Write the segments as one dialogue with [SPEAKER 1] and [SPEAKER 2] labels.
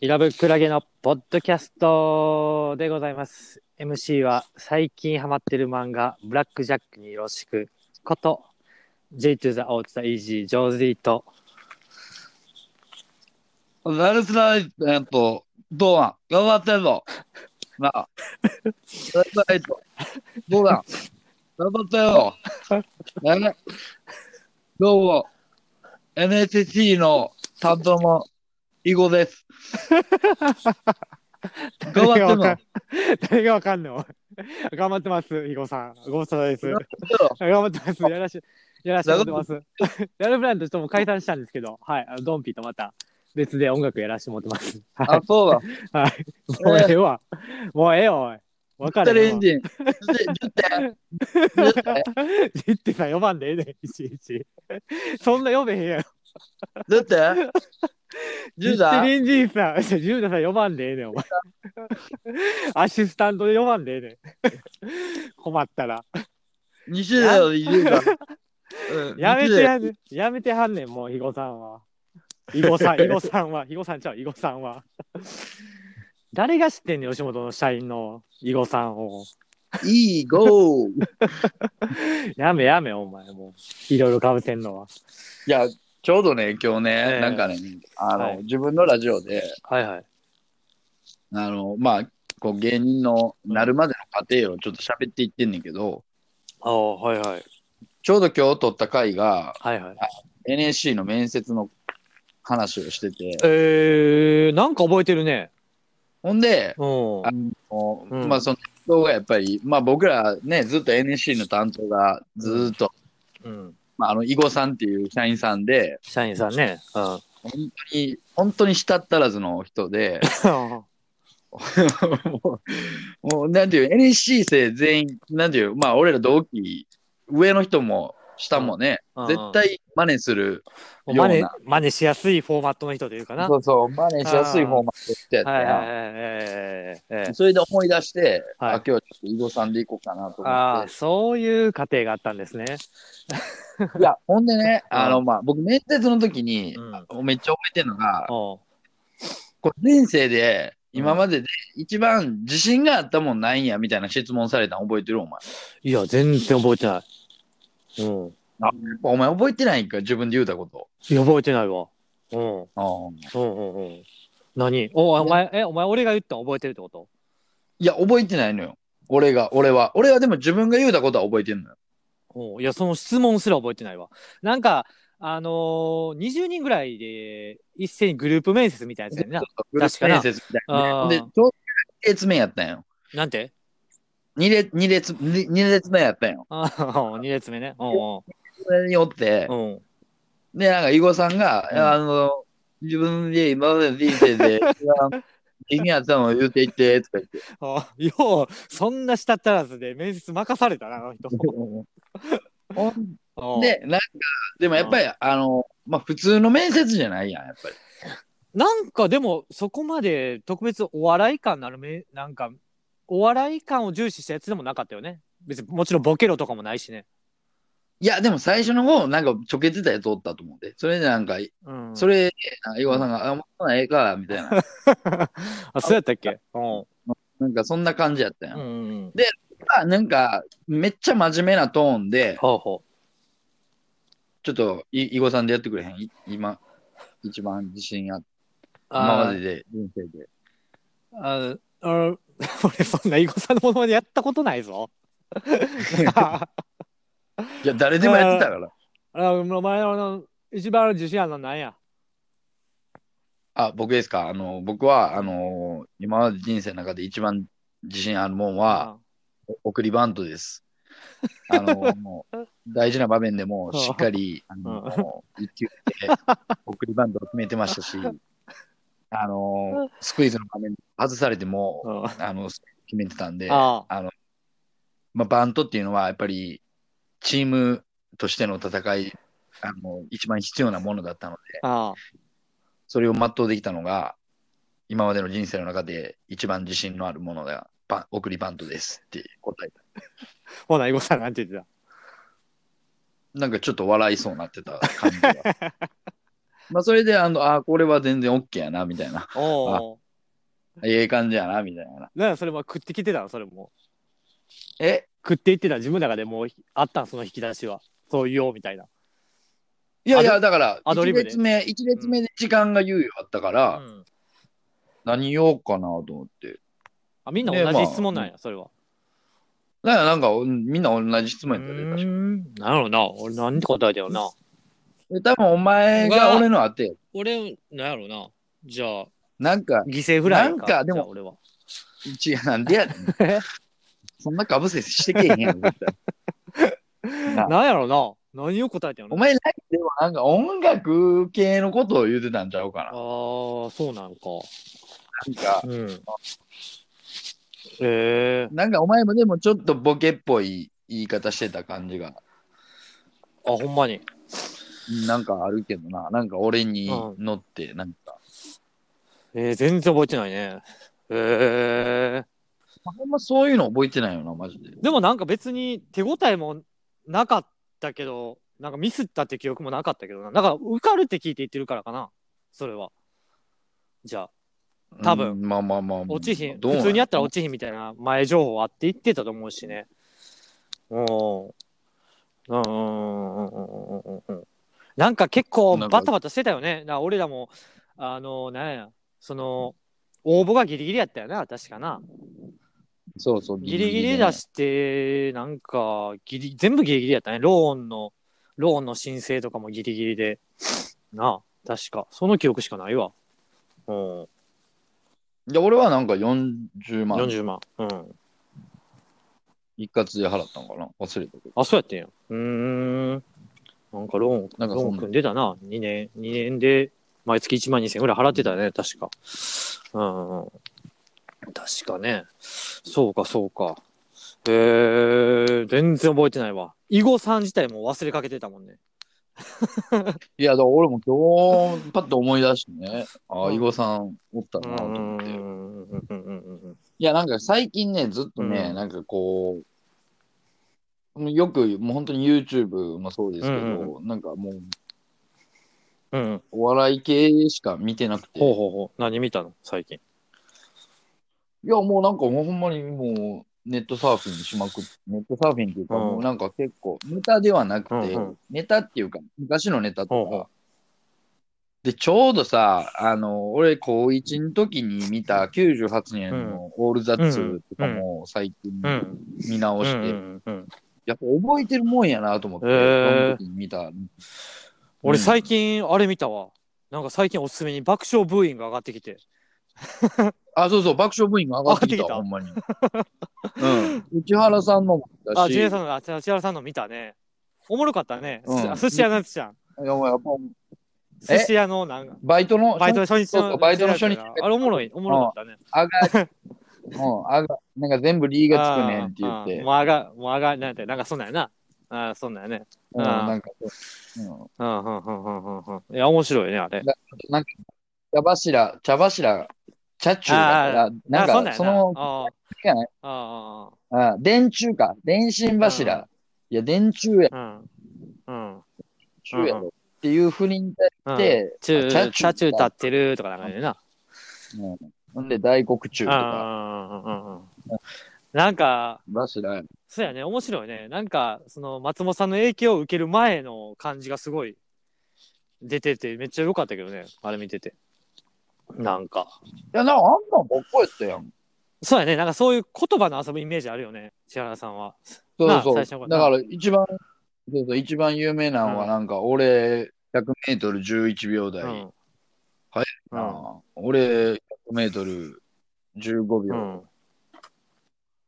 [SPEAKER 1] イラブクラゲのポッドキャストでございます。MC は最近ハマってる漫画、ブラックジャックによろしくこと、J to the O to the Easy 上手と、
[SPEAKER 2] ザルスライト、えっと、どうなん頑張って んぞ。なあ。ザルスライト、どうなん頑張ってんぞ。えどうも、NSC の担当の囲碁です。頑張ってんぞ。頑張っ
[SPEAKER 1] 誰がわかんの 頑張ってます、イゴさん。ご無沙汰です。
[SPEAKER 2] てんぞ。
[SPEAKER 1] 頑張ってます。やらし、やらしもらってます。やるブランドとも解散したんですけど、はい、あのドンピーとまた別で音楽やらしてもらってます。は
[SPEAKER 2] あ、そうだ。
[SPEAKER 1] い、はい、もうええわ。 もうええよ、おい。わか
[SPEAKER 2] テ
[SPEAKER 1] る
[SPEAKER 2] レエ
[SPEAKER 1] よ
[SPEAKER 2] ン。ジ ン。10点。10点。
[SPEAKER 1] 言ってさ、呼ばんでええねん、いちいち。そんな呼べへんやろ。
[SPEAKER 2] 10点。10だ。
[SPEAKER 1] リンジンさん、じゃジューダさん呼ばんでええねん、お前。アシスタントで呼ばんでええねん。困ったら。
[SPEAKER 2] 2種類より10だ。うん
[SPEAKER 1] やめてやねやめてはんねん、もう、肥後さんは。肥後 さん、肥後さんは、肥後さんちゃう、肥後さんは。誰が知ってんねん、吉本の社員の肥後さんを。
[SPEAKER 2] いいゴー。
[SPEAKER 1] やめやめ、お前、もう。いろいろかぶせんのは。
[SPEAKER 2] いや、ちょうどね、今日ね、
[SPEAKER 1] ええ
[SPEAKER 2] なんかね、あの、
[SPEAKER 1] はい
[SPEAKER 2] 自分のラジオで、
[SPEAKER 1] はいはい。
[SPEAKER 2] あの、まあ、こう芸人のなるまでの過程をちょっと喋っていってんねんけど、
[SPEAKER 1] ああ、はいはい。
[SPEAKER 2] ちょうど今日撮った回が
[SPEAKER 1] はいはい。
[SPEAKER 2] NSC の面接の話をしてて、
[SPEAKER 1] えー、なんか覚えてるね。
[SPEAKER 2] ほんで、
[SPEAKER 1] うん。
[SPEAKER 2] あの
[SPEAKER 1] うん
[SPEAKER 2] まあその人がやっぱり、まあ僕らね、ずっと NSC の担当がずっと、
[SPEAKER 1] うん、
[SPEAKER 2] まああの、囲碁さんっていう社員さんで、
[SPEAKER 1] 社員さんね。うん。
[SPEAKER 2] 本当に、本当に舌足らずの人で、もう、もうなんていう、NSC 生全員、なんていう、まあ、俺ら同期、上の人も下もね、
[SPEAKER 1] うん
[SPEAKER 2] 絶対真似する、
[SPEAKER 1] もう真
[SPEAKER 2] よう
[SPEAKER 1] 似
[SPEAKER 2] な
[SPEAKER 1] 真似しやすいフォーマットの人というかな。
[SPEAKER 2] そうそう、真似しやすいフォーマットしてやった
[SPEAKER 1] はいはいはい
[SPEAKER 2] ら、
[SPEAKER 1] ええええええ
[SPEAKER 2] それで思い出して、
[SPEAKER 1] はい
[SPEAKER 2] あ、今日はちょっと伊藤さんで行こうかなと
[SPEAKER 1] あ
[SPEAKER 2] 思っ
[SPEAKER 1] あ、そういう過程があったんですね。
[SPEAKER 2] て。いや、ほんでね、
[SPEAKER 1] うん
[SPEAKER 2] あの、まあ、僕、面接の時に
[SPEAKER 1] う、ん。
[SPEAKER 2] めっちゃ覚えてるのが、
[SPEAKER 1] おう
[SPEAKER 2] こう人生で、今までで一番自信があったもんないんや、みたいな質問されたの覚えてるお前。
[SPEAKER 1] いや、全然覚えてない。うん。
[SPEAKER 2] お前覚えてないんか、自分で言うたこと。
[SPEAKER 1] いや覚えてないわ。うん。
[SPEAKER 2] う
[SPEAKER 1] うん
[SPEAKER 2] ん
[SPEAKER 1] うんうん。何おお前、え、お前、俺が言ったの覚えてるってこと
[SPEAKER 2] いや、覚えてないのよ。俺が、俺は。俺はでも自分が言うたことは覚えてんのよ。
[SPEAKER 1] おいや、その質問すら覚えてないわ。なんか、あのー、20人ぐらいで一斉にグループ面接みたいなやつやんな。
[SPEAKER 2] グループ面接みたい
[SPEAKER 1] あ
[SPEAKER 2] な
[SPEAKER 1] ー
[SPEAKER 2] ね。で、ちょうど2列目やったんよ。
[SPEAKER 1] なんて
[SPEAKER 2] 2列、二列、二二列目やったんよ。
[SPEAKER 1] ああ、2列目ね。うん
[SPEAKER 2] それによって
[SPEAKER 1] う、ん。うん。
[SPEAKER 2] で、なんか、囲碁さんが、
[SPEAKER 1] うん
[SPEAKER 2] あの、自分で今までの人生で、 一番自信やったのを言うていって、とか言って。
[SPEAKER 1] あよう、そんなしたったらずで面接任されたな、あの 人。
[SPEAKER 2] ほ
[SPEAKER 1] うん
[SPEAKER 2] んで、なんか、でもやっぱり、あの、まあ、普通の面接じゃないやん、やっぱり。
[SPEAKER 1] なんかでも、そこまで特別お笑い感のあるめ、なんか、お笑い感を重視したやつでもなかったよね。別にもちろんボケろとかもないしね。
[SPEAKER 2] いや、でも最初の方、なんか、ちょけてたやつおったと思うんで、それでなんか、
[SPEAKER 1] うん、
[SPEAKER 2] それ、あ岩尾さんが、あ、もうないか、みたいな。
[SPEAKER 1] あ、そうやったっけうん。
[SPEAKER 2] なんか、そんな感じやったんや。
[SPEAKER 1] うんんうん。
[SPEAKER 2] まあ、なんか、めっちゃ真面目なトーンで、
[SPEAKER 1] ほうほ
[SPEAKER 2] ちょっと、い岩尾さんでやってくれへんい今、一番自信あっ
[SPEAKER 1] う。
[SPEAKER 2] た。今までで、人生で。
[SPEAKER 1] あああ俺、そんな囲碁さんのものまでやったことない ぞ。 あ
[SPEAKER 2] いや、誰でもやってたから。
[SPEAKER 1] お前の一番自信あるのなんや
[SPEAKER 2] あ、僕ですか。あの、僕は、あの今まで人生の中で一番自信あるもんは、送りバントです。あのもう大事な場面でもしっかり、あの一球で送りバントを決めてましたし、あのスクイズの場面外されて
[SPEAKER 1] う
[SPEAKER 2] も、
[SPEAKER 1] んうんあ
[SPEAKER 2] あの決めてたんで、
[SPEAKER 1] あ。
[SPEAKER 2] まあ、バントっていうのはやっぱりチームとしての戦い、あの一番必要なものだったので、
[SPEAKER 1] ああ。
[SPEAKER 2] それを全うできたのが、今までの人生の中で一番自信のあるものが、バン送りバントですって答えた。
[SPEAKER 1] ほな、囲碁さんなんて言ってた
[SPEAKER 2] なんかちょっと笑いそうになってた感じが。まあ、それで、あの、あ、これは全然 OK やな、みたいな。
[SPEAKER 1] おお。
[SPEAKER 2] ええ感じやな、みたいな。
[SPEAKER 1] なんかそれも食ってきてたのそれも。
[SPEAKER 2] え、
[SPEAKER 1] 食っていってた自分の中でもうあったんその引き出しは。そう言おうみたいな。
[SPEAKER 2] いやい
[SPEAKER 1] ア
[SPEAKER 2] や、だから、
[SPEAKER 1] アドリ
[SPEAKER 2] 1
[SPEAKER 1] ブで
[SPEAKER 2] 列目、一列目で時間が猶予あったから、
[SPEAKER 1] うん
[SPEAKER 2] 何言おうかなと思って。
[SPEAKER 1] あみんな
[SPEAKER 2] ねま
[SPEAKER 1] 同
[SPEAKER 2] あ
[SPEAKER 1] じ質問なんや、それは。
[SPEAKER 2] だからなんか、うんみんな同じ質
[SPEAKER 1] う
[SPEAKER 2] 問やったで、確か
[SPEAKER 1] ん。なるほどな。俺何て答えたよな。
[SPEAKER 2] で多分お前
[SPEAKER 1] うわ
[SPEAKER 2] が俺のあて、
[SPEAKER 1] 俺、なんやろな。じゃあ、
[SPEAKER 2] なんか、
[SPEAKER 1] 犠牲フライや
[SPEAKER 2] なんかでも
[SPEAKER 1] じゃあ俺は。
[SPEAKER 2] 違う、なん でやねん。そんなかぶせしてけえへんやろ、絶対な
[SPEAKER 1] なんやろな。何を答えたよな。
[SPEAKER 2] お前、ライブでもなんか音楽系のことを言うてたんちゃうか
[SPEAKER 1] ああ
[SPEAKER 2] な。
[SPEAKER 1] ー、そうなんか。
[SPEAKER 2] なんか、
[SPEAKER 1] うん。ええ
[SPEAKER 2] なんかお前もでもちょっとボケっぽい言い方してた感じが、
[SPEAKER 1] あ、ほんまに。
[SPEAKER 2] なんかあるけどな。なんか俺に乗って、なんか。
[SPEAKER 1] えー、全然覚えてないね。ええ
[SPEAKER 2] ほんまそういうの覚えてないよな、マジで。
[SPEAKER 1] でもなんか別に手応えもなかったけど、なんかミスったって記憶もなかったけどな。なんか受かるって聞いて言ってるからかな。それは。じゃあ、多分
[SPEAKER 2] うんまあまあまあ。
[SPEAKER 1] 落ちひん。
[SPEAKER 2] どうな
[SPEAKER 1] 普通にやったら落ちひんみたいな前情報あって言ってたと思うしね。うん。うんうんうんうんうんうんうん。なんか結構
[SPEAKER 2] なんか
[SPEAKER 1] バタバタしてたよね。な俺らも、あの、なんや、その、応募がギリギリやったよな、確かな。
[SPEAKER 2] そうそう。
[SPEAKER 1] ギリギリだ。して、なんか、ギリ、全部ギリギリやったね。ローンの、ローンの申請とかもギリギリで。なあ、確か。その記憶しかないわ。うん。
[SPEAKER 2] いや、俺はなんか40万
[SPEAKER 1] 40万。うん。
[SPEAKER 2] 一括で払ったのかな忘れたけど。
[SPEAKER 1] あ、そうやってんや。うーん。なんかローン、
[SPEAKER 2] なんか
[SPEAKER 1] ロ
[SPEAKER 2] そんな
[SPEAKER 1] ーン組んでたな。2年、二年で、毎月1万2000円ぐらい払ってたね、確か。うんうんうん。確かね。そうか、そうか。えー、全然覚えてないわ。囲碁さん自体も忘れかけてたもんね。
[SPEAKER 2] いや、だから俺も今日、パッと思い出してね。あ
[SPEAKER 1] う
[SPEAKER 2] あ、
[SPEAKER 1] ん
[SPEAKER 2] 囲碁さんおった
[SPEAKER 1] う
[SPEAKER 2] なんと
[SPEAKER 1] う
[SPEAKER 2] 思
[SPEAKER 1] ん
[SPEAKER 2] っ
[SPEAKER 1] う
[SPEAKER 2] て。
[SPEAKER 1] んうんうんうん
[SPEAKER 2] いや、なんか最近ね、ずっとね、
[SPEAKER 1] うん
[SPEAKER 2] なんかこう、よく、もう本当に YouTube もそうですけど、
[SPEAKER 1] うん
[SPEAKER 2] なんかもう、
[SPEAKER 1] うん。うん。
[SPEAKER 2] お笑い系しか見てなくて、
[SPEAKER 1] ほうほうほう。何見たの最近。
[SPEAKER 2] いや、もうなんかもうほんまにもう、ネットサーフィンしまくって、ネットサーフィンっていうか、
[SPEAKER 1] うん
[SPEAKER 2] もうなんか結構、ネタではなくて、
[SPEAKER 1] うんうん
[SPEAKER 2] ネタっていうか、昔のネタとか、
[SPEAKER 1] うんうん
[SPEAKER 2] で、ちょうどさ、あの、俺、高1の時に見た98年のオールザッツとかも最近
[SPEAKER 1] うん。
[SPEAKER 2] 見直して、
[SPEAKER 1] うんうんうん、
[SPEAKER 2] やっぱ覚えてるもんやなと思って、
[SPEAKER 1] へー
[SPEAKER 2] その時に見た。
[SPEAKER 1] 俺
[SPEAKER 2] うん
[SPEAKER 1] 最近、あれ見たわ。なんか最近おすすめに爆笑ブーイング上がってきて。
[SPEAKER 2] あ、そうそう、爆笑部員が上がってきた、
[SPEAKER 1] 上
[SPEAKER 2] ほ んまに。うん。内原さんのもだし、
[SPEAKER 1] あ、ジュエさんの、あ、千原さんの見たね。おもろかったね。
[SPEAKER 2] うん
[SPEAKER 1] す寿司屋のやつじゃん。
[SPEAKER 2] いやもうやっぱえ
[SPEAKER 1] 寿司屋のなんか。
[SPEAKER 2] バイトの、
[SPEAKER 1] バイトの初日
[SPEAKER 2] そうそ
[SPEAKER 1] の。
[SPEAKER 2] うバイトの初日
[SPEAKER 1] 寿司屋やつやなあれおもろい、おもろかったね。
[SPEAKER 2] あが、うん、あが、なんか全部リーがつくねんって言っ
[SPEAKER 1] あーあー
[SPEAKER 2] て、
[SPEAKER 1] もうあが、もうあが、なんて、なんかそんなんやな。ああ、そんなんやね。
[SPEAKER 2] うん、
[SPEAKER 1] あー
[SPEAKER 2] なんか、うん、
[SPEAKER 1] うん、うん、うん、うん、うんうん。いや、面白いね、あれ。
[SPEAKER 2] 茶柱、茶柱、茶中だから、なん
[SPEAKER 1] あそんな
[SPEAKER 2] か
[SPEAKER 1] んや
[SPEAKER 2] その、
[SPEAKER 1] あー
[SPEAKER 2] じゃない
[SPEAKER 1] あ
[SPEAKER 2] あ電柱か、電
[SPEAKER 1] う
[SPEAKER 2] 信
[SPEAKER 1] ん
[SPEAKER 2] 柱、いや、電柱や、
[SPEAKER 1] ー、あーうん。うん。
[SPEAKER 2] 柱やろっていうふうに対
[SPEAKER 1] うん
[SPEAKER 2] して、
[SPEAKER 1] チュ
[SPEAKER 2] チャ
[SPEAKER 1] ー、チャチュー立ってるとかなんかねな。
[SPEAKER 2] ほんで大黒柱とか、
[SPEAKER 1] あーうんうんうんうん。なんか、
[SPEAKER 2] 柱や、
[SPEAKER 1] そうやね、面白いね。なんか、その、松本さんの影響を受ける前の感じがすごい出てて、めっちゃ良かったけどね、あれ見てて。なんか。
[SPEAKER 2] いや、なんかあんなんばっかやったやん。
[SPEAKER 1] そうやね、なんかそういう言葉の遊ぶイメージあるよね、千原さんは。
[SPEAKER 2] そうそう。
[SPEAKER 1] なあ最
[SPEAKER 2] だ
[SPEAKER 1] 初の頃
[SPEAKER 2] から一番、そうそう一番有名なの
[SPEAKER 1] う
[SPEAKER 2] は、
[SPEAKER 1] ん
[SPEAKER 2] なんか俺、100メートル11秒台。
[SPEAKER 1] うん。
[SPEAKER 2] はい
[SPEAKER 1] うん。
[SPEAKER 2] ああ俺、100メートル15
[SPEAKER 1] う
[SPEAKER 2] 秒、
[SPEAKER 1] ん。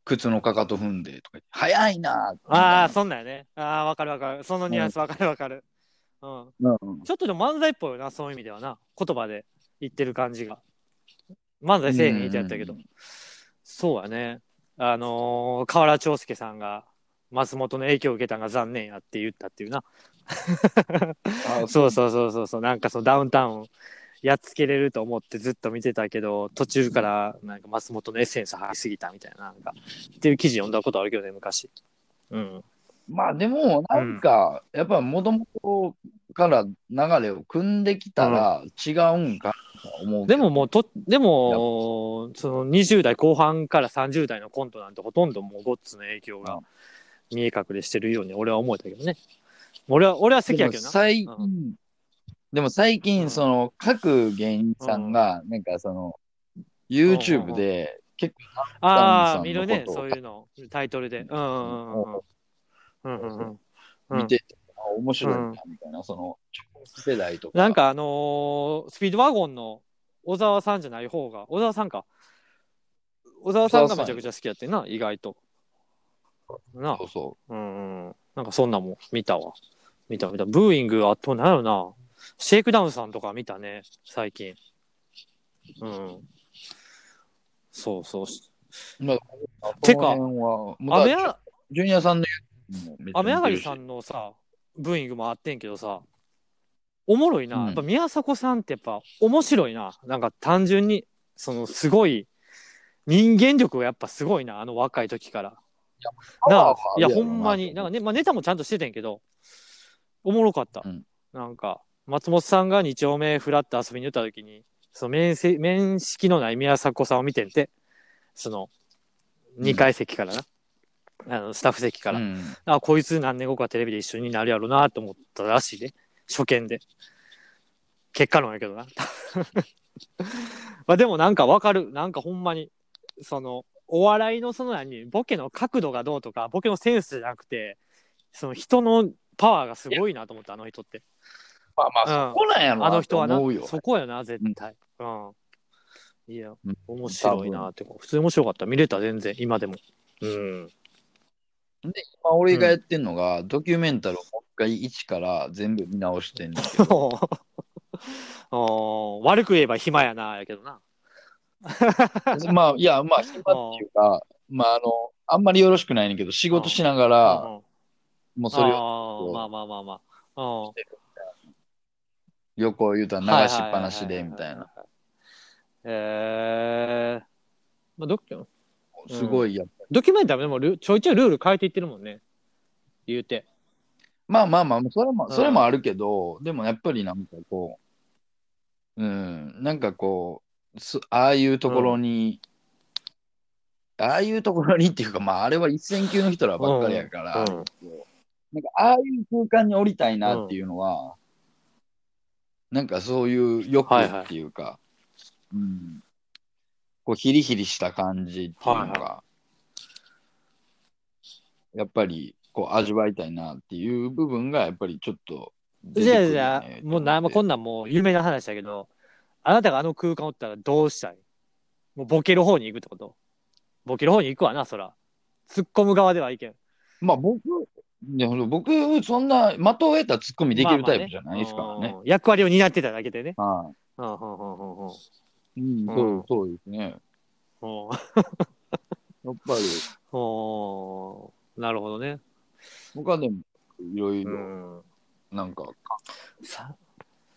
[SPEAKER 2] 靴のかかと踏んでとか言って、早いな
[SPEAKER 1] ああ、
[SPEAKER 2] ーって
[SPEAKER 1] そんなんやね。ああ、わかるわかる。そのニュアンスわかるわかる。うん。
[SPEAKER 2] うん、
[SPEAKER 1] ちょっとでも漫才っぽいよな、そういう意味ではな。言葉で言ってる感じが。漫才せえへん言いてやったけど
[SPEAKER 2] うん。
[SPEAKER 1] そうやね。あのー、河原長介さんが、松本の影響を受けたんが残念やって言ったっていうな。
[SPEAKER 2] あ
[SPEAKER 1] そうそうそうそうそう。なんかそのダウンタウンやっつけれると思ってずっと見てたけど、途中からなんか松本のエッセンス入りすぎたみたいな、なんか、っていう記事読んだことあるけどね、昔。うん。
[SPEAKER 2] まあでも、なんか、やっぱもともとから流れを組んできたら違うんかとは思うけ
[SPEAKER 1] で
[SPEAKER 2] ど、
[SPEAKER 1] ももうと、でも、その20代後半から30代のコントなんてほとんどもうゴッツの影響
[SPEAKER 2] う
[SPEAKER 1] が
[SPEAKER 2] ん
[SPEAKER 1] 見え隠れしてるように俺は思えたけどね。俺は、俺は好き
[SPEAKER 2] で
[SPEAKER 1] や
[SPEAKER 2] も
[SPEAKER 1] けどな。
[SPEAKER 2] 最近、
[SPEAKER 1] う
[SPEAKER 2] でも最
[SPEAKER 1] う
[SPEAKER 2] 近、
[SPEAKER 1] ん
[SPEAKER 2] その各芸人さんが、なんかその、YouTube で結構
[SPEAKER 1] ああ、
[SPEAKER 2] ダウンさんのこと
[SPEAKER 1] 見るね、そういうの、タイトルで。うんうんうんうんうんうんうんうん。
[SPEAKER 2] 見てて、あ面白いな、みたいな、その、世代とか。
[SPEAKER 1] なんかあのースピードワゴンの小沢さんじゃない方が、小沢さんか。小沢さんがめちゃくちゃ好きやってんな、意外と。な
[SPEAKER 2] そうそう。
[SPEAKER 1] うんうん。なんかそんなんも見たわ。見た見た。ブーイング、あとなんやろな。シェイクダウンさんとか見たね、最近。うん。そうそう。てか
[SPEAKER 2] その辺は、無駄
[SPEAKER 1] 雨あ
[SPEAKER 2] ジュニアさんの言うのもめっちゃ似てるし
[SPEAKER 1] 雨上がりさんのさ、ブーイングもあってんけどさ、おもろいな。
[SPEAKER 2] うん
[SPEAKER 1] やっぱ宮迫さんってやっぱ面白いな。なんか単純に、そのすごい、人間力がやっぱすごいな、あの若い時から。
[SPEAKER 2] パ
[SPEAKER 1] な
[SPEAKER 2] ワ
[SPEAKER 1] あ
[SPEAKER 2] ーはあ
[SPEAKER 1] い
[SPEAKER 2] る
[SPEAKER 1] や、
[SPEAKER 2] ろ
[SPEAKER 1] ほ
[SPEAKER 2] うん
[SPEAKER 1] まに。なんかね、まあ、ネタもちゃんとしててんけど、おもろかった。
[SPEAKER 2] うん
[SPEAKER 1] なんか、松本さんが2丁目フラッと遊びに行った時に、その面せ面識のない宮迫さんを見てんて、その、
[SPEAKER 2] ん
[SPEAKER 1] 2階席からな。あのスタッフ席から、
[SPEAKER 2] うん
[SPEAKER 1] あこいつ何年後かテレビで一緒になるやろうなと思ったらしいで初見で結果論やけどな まあでもなんかわかるなんかほんまにそのお笑いのその何ボケの角度がどうとかボケのセンスじゃなくてその人のパワーがすごいなと思ったあの人って、
[SPEAKER 2] まあま
[SPEAKER 1] う
[SPEAKER 2] あ、
[SPEAKER 1] ん
[SPEAKER 2] そこなんやろ
[SPEAKER 1] あの
[SPEAKER 2] な
[SPEAKER 1] 人
[SPEAKER 2] と
[SPEAKER 1] はな
[SPEAKER 2] 思うよ。
[SPEAKER 1] そこやな絶対うん、いや
[SPEAKER 2] うん
[SPEAKER 1] 面白いなって普通に面白かった見れた全然今でもうん
[SPEAKER 2] まあ、俺がやってんのが、ドキュメンタルをもう一回一から全部見直してんねんけど、
[SPEAKER 1] おーおー悪く言えば暇やなやけどな
[SPEAKER 2] まあ、いや、まあ、暇っていうか、まあ、あの、あんまりよろしくないねんけど、仕事しながら、
[SPEAKER 1] うん
[SPEAKER 2] もうそれを
[SPEAKER 1] あ
[SPEAKER 2] こ
[SPEAKER 1] ー
[SPEAKER 2] う
[SPEAKER 1] まあまあまあまあ。うん
[SPEAKER 2] 横言うたら流しっぱなしで、みた
[SPEAKER 1] はいはは
[SPEAKER 2] な。
[SPEAKER 1] はは。えー、まあドキュいはい
[SPEAKER 2] すごい、やっぱり
[SPEAKER 1] ドキュメンタリーでもルちょいちょいルール変えていってるもんね。言うて。
[SPEAKER 2] まあまあまあ、それも、
[SPEAKER 1] うん
[SPEAKER 2] それもあるけど、でもやっぱりなんかこう、うん、なんかこう、すああいうところに、ああいうところにっていうか、まあ、あれは一線級の人らばっかりやか
[SPEAKER 1] う
[SPEAKER 2] ら、
[SPEAKER 1] ん
[SPEAKER 2] なんかああいう空間に降りたいなっていうのは、なんかそういう欲
[SPEAKER 1] はいはい
[SPEAKER 2] っていうか、うん、こうヒリヒリした感じっていうのが、
[SPEAKER 1] はい
[SPEAKER 2] やっぱりこう味わいたいなっていう部分がやっぱりちょっと出て
[SPEAKER 1] じ
[SPEAKER 2] く
[SPEAKER 1] ゃあ
[SPEAKER 2] るよ
[SPEAKER 1] じゃ
[SPEAKER 2] ね
[SPEAKER 1] あ、もうな、まあ、こんなんもう有名な話だけど、あなたがあの空間おったらどうしたいもうボケる方に行くってことボケる方に行くわな、そら。突っ込む側ではいけん。
[SPEAKER 2] まあ僕、でも僕、そんな的を得たツッコミできるタイプじゃないですから
[SPEAKER 1] まあまあ
[SPEAKER 2] ね。
[SPEAKER 1] うん役割を担ってただけでね。
[SPEAKER 2] は
[SPEAKER 1] うんうんうんうんうん
[SPEAKER 2] い。うん、そうそうですね。
[SPEAKER 1] うん
[SPEAKER 2] やっぱり、
[SPEAKER 1] おーなるほどね。
[SPEAKER 2] 僕はでも、いろいうろ、
[SPEAKER 1] ん、
[SPEAKER 2] なんか、
[SPEAKER 1] さ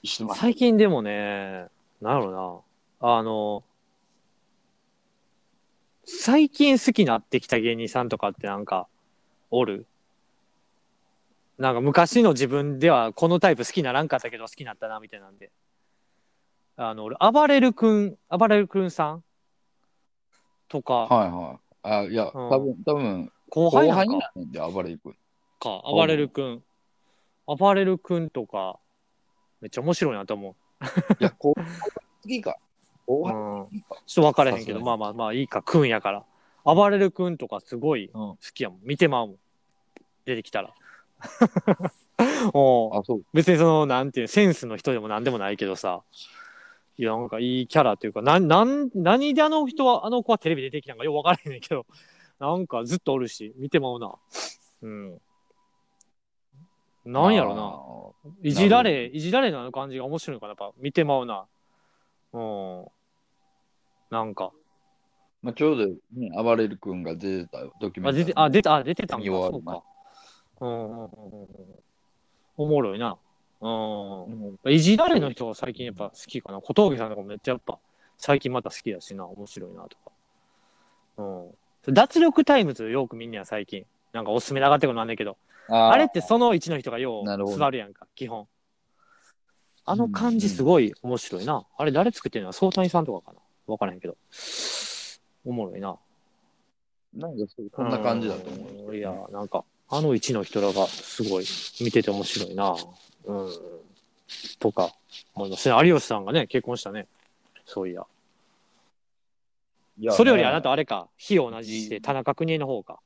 [SPEAKER 2] してます。
[SPEAKER 1] 最近でもね、なんやろな、あの、最近好きになってきた芸人さんとかってなんか、おるなんか昔の自分ではこのタイプ好きにならんかったけど好きになったなみたいなんで。あの、俺、暴れる君、暴れる君さんとか、
[SPEAKER 2] はいはい。あいや、多分多分
[SPEAKER 1] 後輩
[SPEAKER 2] 後
[SPEAKER 1] な
[SPEAKER 2] 輩
[SPEAKER 1] ん
[SPEAKER 2] に
[SPEAKER 1] か
[SPEAKER 2] なるんで、暴れいく。
[SPEAKER 1] か、暴れる君。暴れる君とか、めっちゃ面白いなと思う。
[SPEAKER 2] いや、後輩が好きか。後輩
[SPEAKER 1] うん、ちょっと分からへんけど、
[SPEAKER 2] さすがに
[SPEAKER 1] まあまあまあいいか、くんやから。暴れるくんとかすごい
[SPEAKER 2] うん
[SPEAKER 1] 好きやもん。見てまうもん。出てきた ら。おう
[SPEAKER 2] あ、そう。
[SPEAKER 1] 別にその、なんていう、センスの人でもなんでもないけどさ。いや、なんかいいキャラというか、なん、なん、何であの人は、あの子はテレビ出てきたんかよく分からへんねんけど、なんかずっとおるし、見てまうな。うん。なんやろな。
[SPEAKER 2] あー
[SPEAKER 1] いじられ、いじられのあの感じが面白いのかな、やっぱ見てまうな。うん。なんか。
[SPEAKER 2] まあ、ちょうど、ね、暴れる君が出てたドキュメ
[SPEAKER 1] あ、
[SPEAKER 2] ンタリ
[SPEAKER 1] 出て、
[SPEAKER 2] ー
[SPEAKER 1] あ、出た、あ、出てたんか。
[SPEAKER 2] 弱い
[SPEAKER 1] そうか。うんうんうんうんうん。おもろいな。う
[SPEAKER 2] うん
[SPEAKER 1] ん。いじられの人が最近やっぱ好きかな。小峠さんとかもめっちゃやっぱ、最近また好きだしな、面白いなとか。うん。脱力タイムズよく見んねや、最近。なんかおすすめで上がってくるのあんねんけど。
[SPEAKER 2] あー
[SPEAKER 1] あれってその1の人がよ
[SPEAKER 2] なるほ
[SPEAKER 1] う
[SPEAKER 2] ど
[SPEAKER 1] 座るやんか、基本。あの感じすごい面白いな。あれ誰作ってるのは相谷さんとかかなわからへんけど。おもろいな。
[SPEAKER 2] なんかそうこんな感じだと思う。
[SPEAKER 1] うんいや、なんか、あの位置の人らがすごい見てて面白いな。うん。とか思いますね。有吉さんがね、結婚したね。そういや。
[SPEAKER 2] いや
[SPEAKER 1] それよりあなたあれか、日を同じして、田中邦衛の方か。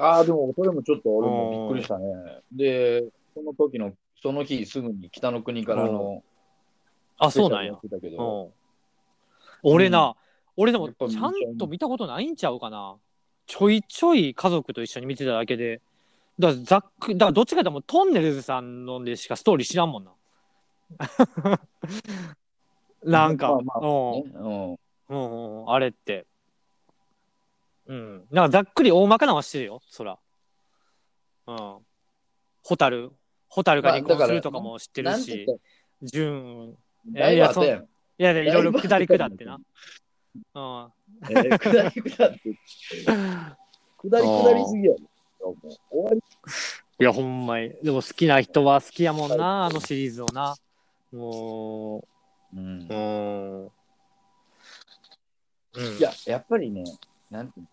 [SPEAKER 2] ああ、でも、それもちょっと俺もびっくりしたね。で、その時の、その日すぐに北の国からの、
[SPEAKER 1] あ、そうなんや。
[SPEAKER 2] スペシャルやってたけ
[SPEAKER 1] う
[SPEAKER 2] ど
[SPEAKER 1] ん。俺な、
[SPEAKER 2] うん
[SPEAKER 1] 俺でも
[SPEAKER 2] やっ
[SPEAKER 1] ち
[SPEAKER 2] ぱ見ちゃ
[SPEAKER 1] ゃ
[SPEAKER 2] うん
[SPEAKER 1] と見たことないんちゃうかな。ちょいちょい家族と一緒に見てただけで。だからざっくだからどっちかというともうトンネルズさんのでしかストーリー知らんもんな。 なんか、
[SPEAKER 2] まあま
[SPEAKER 1] うん
[SPEAKER 2] ねうん。
[SPEAKER 1] うんうんうん、あれって。うん。なんかざっくり大まかなのはしてるよ、そら。うん。ホタル、ホタルが離
[SPEAKER 2] まあだ
[SPEAKER 1] 婚
[SPEAKER 2] から
[SPEAKER 1] するとかも知ってる
[SPEAKER 2] なんて
[SPEAKER 1] し、
[SPEAKER 2] 言っ
[SPEAKER 1] ジュン、
[SPEAKER 2] たら、
[SPEAKER 1] えーいやそ
[SPEAKER 2] だいぶ
[SPEAKER 1] いやいや、いろいろ
[SPEAKER 2] だいぶ
[SPEAKER 1] 下り下ってな。うん。
[SPEAKER 2] あったやんえー下り下って、下り下りすぎやろ。もう終わり
[SPEAKER 1] いや、ほんまに。でも好きな人は好きやもんな、あのシリーズをな。も
[SPEAKER 2] うん
[SPEAKER 1] う、うーん。うん
[SPEAKER 2] いや、やっぱりね、なんていう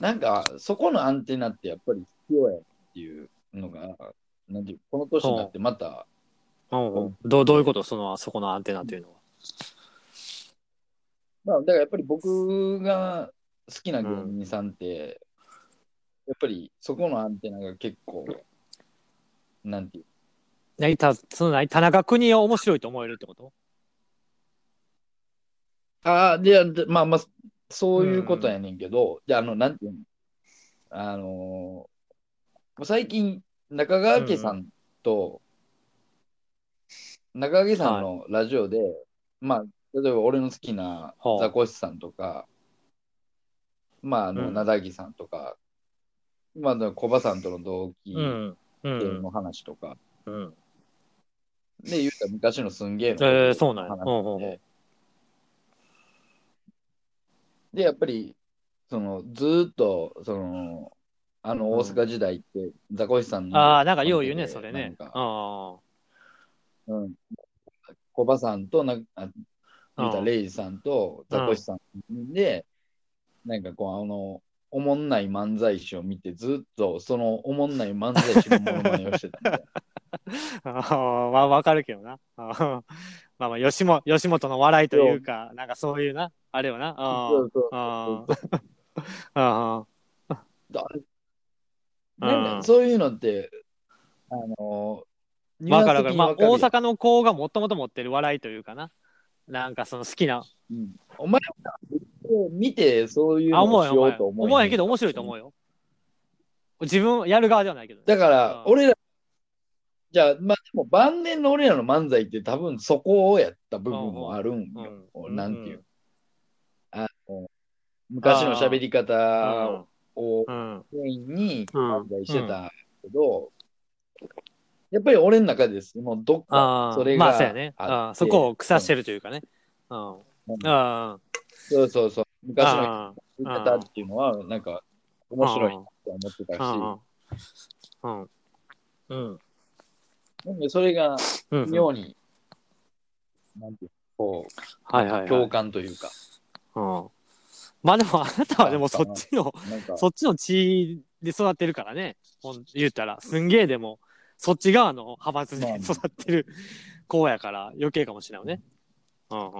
[SPEAKER 2] のなんか、そこのアンテナってやっぱり必要やっていうのが、なんていうこの年になってまた、
[SPEAKER 1] うんうんどう、どういうことその、そこのアンテナというのは。
[SPEAKER 2] まあ、だからやっぱり僕が好きな芸人さんって、やっぱりそこのアンテナが結構、なんていう
[SPEAKER 1] 何た、その何、田中邦衛を面白いと思えるってこと
[SPEAKER 2] ああ、で、でまあまあ、そういうことやねんけど、で、あの、なんていうの、あのーもう最近、中川家さんと、中川家さんのラジオで、まあ、例えば俺の好きな
[SPEAKER 1] はあ
[SPEAKER 2] ザコシさんとか、まあ、あの、
[SPEAKER 1] うん
[SPEAKER 2] なだぎさんとか、まあ、あのコバさんとの同期
[SPEAKER 1] うん。う
[SPEAKER 2] の
[SPEAKER 1] ん。
[SPEAKER 2] 話とか、
[SPEAKER 1] うん。
[SPEAKER 2] で、言うたら昔のすんげえの
[SPEAKER 1] えー、そうなんや。
[SPEAKER 2] 話
[SPEAKER 1] うんうんうん。
[SPEAKER 2] で、やっぱり、その、ずーっと、その、あの、大阪時代って、ザコシさんの、
[SPEAKER 1] ああ、なんかよう言うね、それ
[SPEAKER 2] な
[SPEAKER 1] ね
[SPEAKER 2] ん。
[SPEAKER 1] あ
[SPEAKER 2] か
[SPEAKER 1] あ
[SPEAKER 2] うん。コバさんと、なあ言うたら
[SPEAKER 1] うん
[SPEAKER 2] レイジさんと、ザコシさんで、なんかこう、あの、おもんない漫才師を見て、ずーっと、その、おもんない漫才師のモノマネをしてたみたい
[SPEAKER 1] あー。わ、わかるけどな。 あーまあまあ、吉本、吉本の笑いというか、なんかそういうな、あれよな。
[SPEAKER 2] な。
[SPEAKER 1] あ
[SPEAKER 2] そうそう
[SPEAKER 1] あ。あ あ。ああ。
[SPEAKER 2] だあれ
[SPEAKER 1] うん
[SPEAKER 2] なんかそういうのって、あの、ニュア
[SPEAKER 1] わ
[SPEAKER 2] ンス
[SPEAKER 1] かるわ
[SPEAKER 2] 的
[SPEAKER 1] かる。
[SPEAKER 2] に
[SPEAKER 1] まあ、
[SPEAKER 2] やん
[SPEAKER 1] 大阪の子がもともと持ってる笑いというかな。なんかその好きな。
[SPEAKER 2] うんお前は見てそういう
[SPEAKER 1] あ、
[SPEAKER 2] の
[SPEAKER 1] 思
[SPEAKER 2] を
[SPEAKER 1] うよ、
[SPEAKER 2] しよ
[SPEAKER 1] 思う
[SPEAKER 2] う
[SPEAKER 1] よ。
[SPEAKER 2] と思う。
[SPEAKER 1] 思わへんけど面白いと思うよ。自分、やる側ではないけどね、
[SPEAKER 2] だから、
[SPEAKER 1] うん
[SPEAKER 2] 俺ら、じゃあ、まあ、でも晩年の俺らの漫才って多分そこをやった部分もあるんよ。
[SPEAKER 1] うん
[SPEAKER 2] なんていう、あの昔の喋り方を
[SPEAKER 1] うん。うん
[SPEAKER 2] メインに
[SPEAKER 1] うん
[SPEAKER 2] 漫才してたけど、やっぱり俺の中です。もうどっ
[SPEAKER 1] あ
[SPEAKER 2] か
[SPEAKER 1] あ
[SPEAKER 2] それ
[SPEAKER 1] まあ、
[SPEAKER 2] が
[SPEAKER 1] そうやね。
[SPEAKER 2] あ
[SPEAKER 1] あ
[SPEAKER 2] っ
[SPEAKER 1] あ
[SPEAKER 2] て
[SPEAKER 1] そこを腐してるというかね。うん。うん。あ
[SPEAKER 2] そうそうそう。昔の
[SPEAKER 1] あ。
[SPEAKER 2] 言い方っていうのは、なんか面白いって思ってたし、
[SPEAKER 1] うん。うん。うん。
[SPEAKER 2] なんでそれが
[SPEAKER 1] うん。
[SPEAKER 2] 妙に、なんていうのこう、
[SPEAKER 1] はいはい、はい。
[SPEAKER 2] 共感というか、
[SPEAKER 1] うん。まあでも、あなたはでもそっちの
[SPEAKER 2] なんか、
[SPEAKER 1] そっちの地で育ってるからね、ほん言うたら、すんげえでも、そっち側の派閥
[SPEAKER 2] まあ
[SPEAKER 1] で
[SPEAKER 2] ね
[SPEAKER 1] 育ってる子やから、余計かもしれないね。うん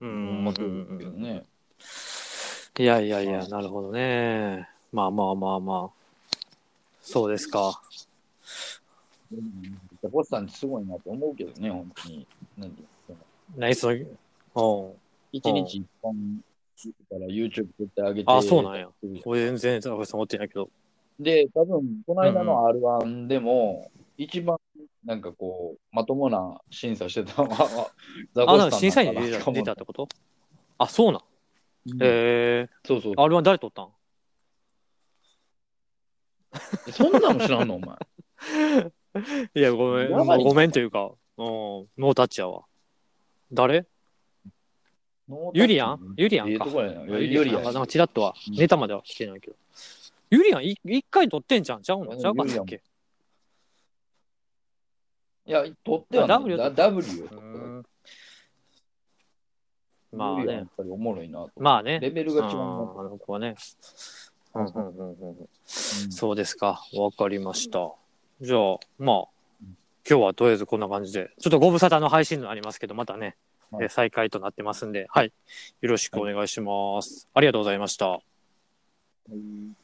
[SPEAKER 1] うん。う
[SPEAKER 2] 思って
[SPEAKER 1] ん
[SPEAKER 2] るけどね。
[SPEAKER 1] いやいやいや、なるほどね。まあまあまあまあ。そうですか。
[SPEAKER 2] うんボスさんってすごいなと思うけどね、本当に。なんていうの
[SPEAKER 1] ナイス。うん。
[SPEAKER 2] 一日一本から YouTube 絶対上げて。
[SPEAKER 1] あ、そうなんや。俺全然高橋さん思ってないけど。
[SPEAKER 2] で、多分、この間の R1 でも、一番、なんかこう、まともな審査してたのは、ザ
[SPEAKER 1] あ、なん
[SPEAKER 2] コシさん
[SPEAKER 1] か審査員
[SPEAKER 2] だ
[SPEAKER 1] に出
[SPEAKER 2] った
[SPEAKER 1] 出たってことあ、そうなん。
[SPEAKER 2] うん
[SPEAKER 1] へえ。
[SPEAKER 2] そうそう。
[SPEAKER 1] あれは誰取ったん
[SPEAKER 2] そんなの知らんの、お前。
[SPEAKER 1] いや、ごめん、
[SPEAKER 2] やばい
[SPEAKER 1] ごめんというか、うん、ノータッチやわ。誰 ユリアンユリアンか
[SPEAKER 2] ええとこやな
[SPEAKER 1] あ
[SPEAKER 2] ユリアン
[SPEAKER 1] かなんかチラッとは、
[SPEAKER 2] うん
[SPEAKER 1] ネタまでは来てないけど。ユリアンい、一回撮ってんじゃんちゃうのちゃうかったっけ
[SPEAKER 2] いや、取っては
[SPEAKER 1] あ W
[SPEAKER 2] だ W を取っただけ。
[SPEAKER 1] まあ
[SPEAKER 2] W はや
[SPEAKER 1] ね
[SPEAKER 2] っ。ぱりおもろいなと。
[SPEAKER 1] まあね。
[SPEAKER 2] レベルが違
[SPEAKER 1] あ
[SPEAKER 2] うな。
[SPEAKER 1] の子はね。うんうんうんうんうん。
[SPEAKER 2] うん
[SPEAKER 1] そうですか。わかりました。じゃあ、まあ、今日はとりあえずこんな感じで、ちょっとご無沙汰の配信になりますけど、またね、
[SPEAKER 2] はい
[SPEAKER 1] えー再開となってますんで、はい。よろしくお願いします。ありがとうございました。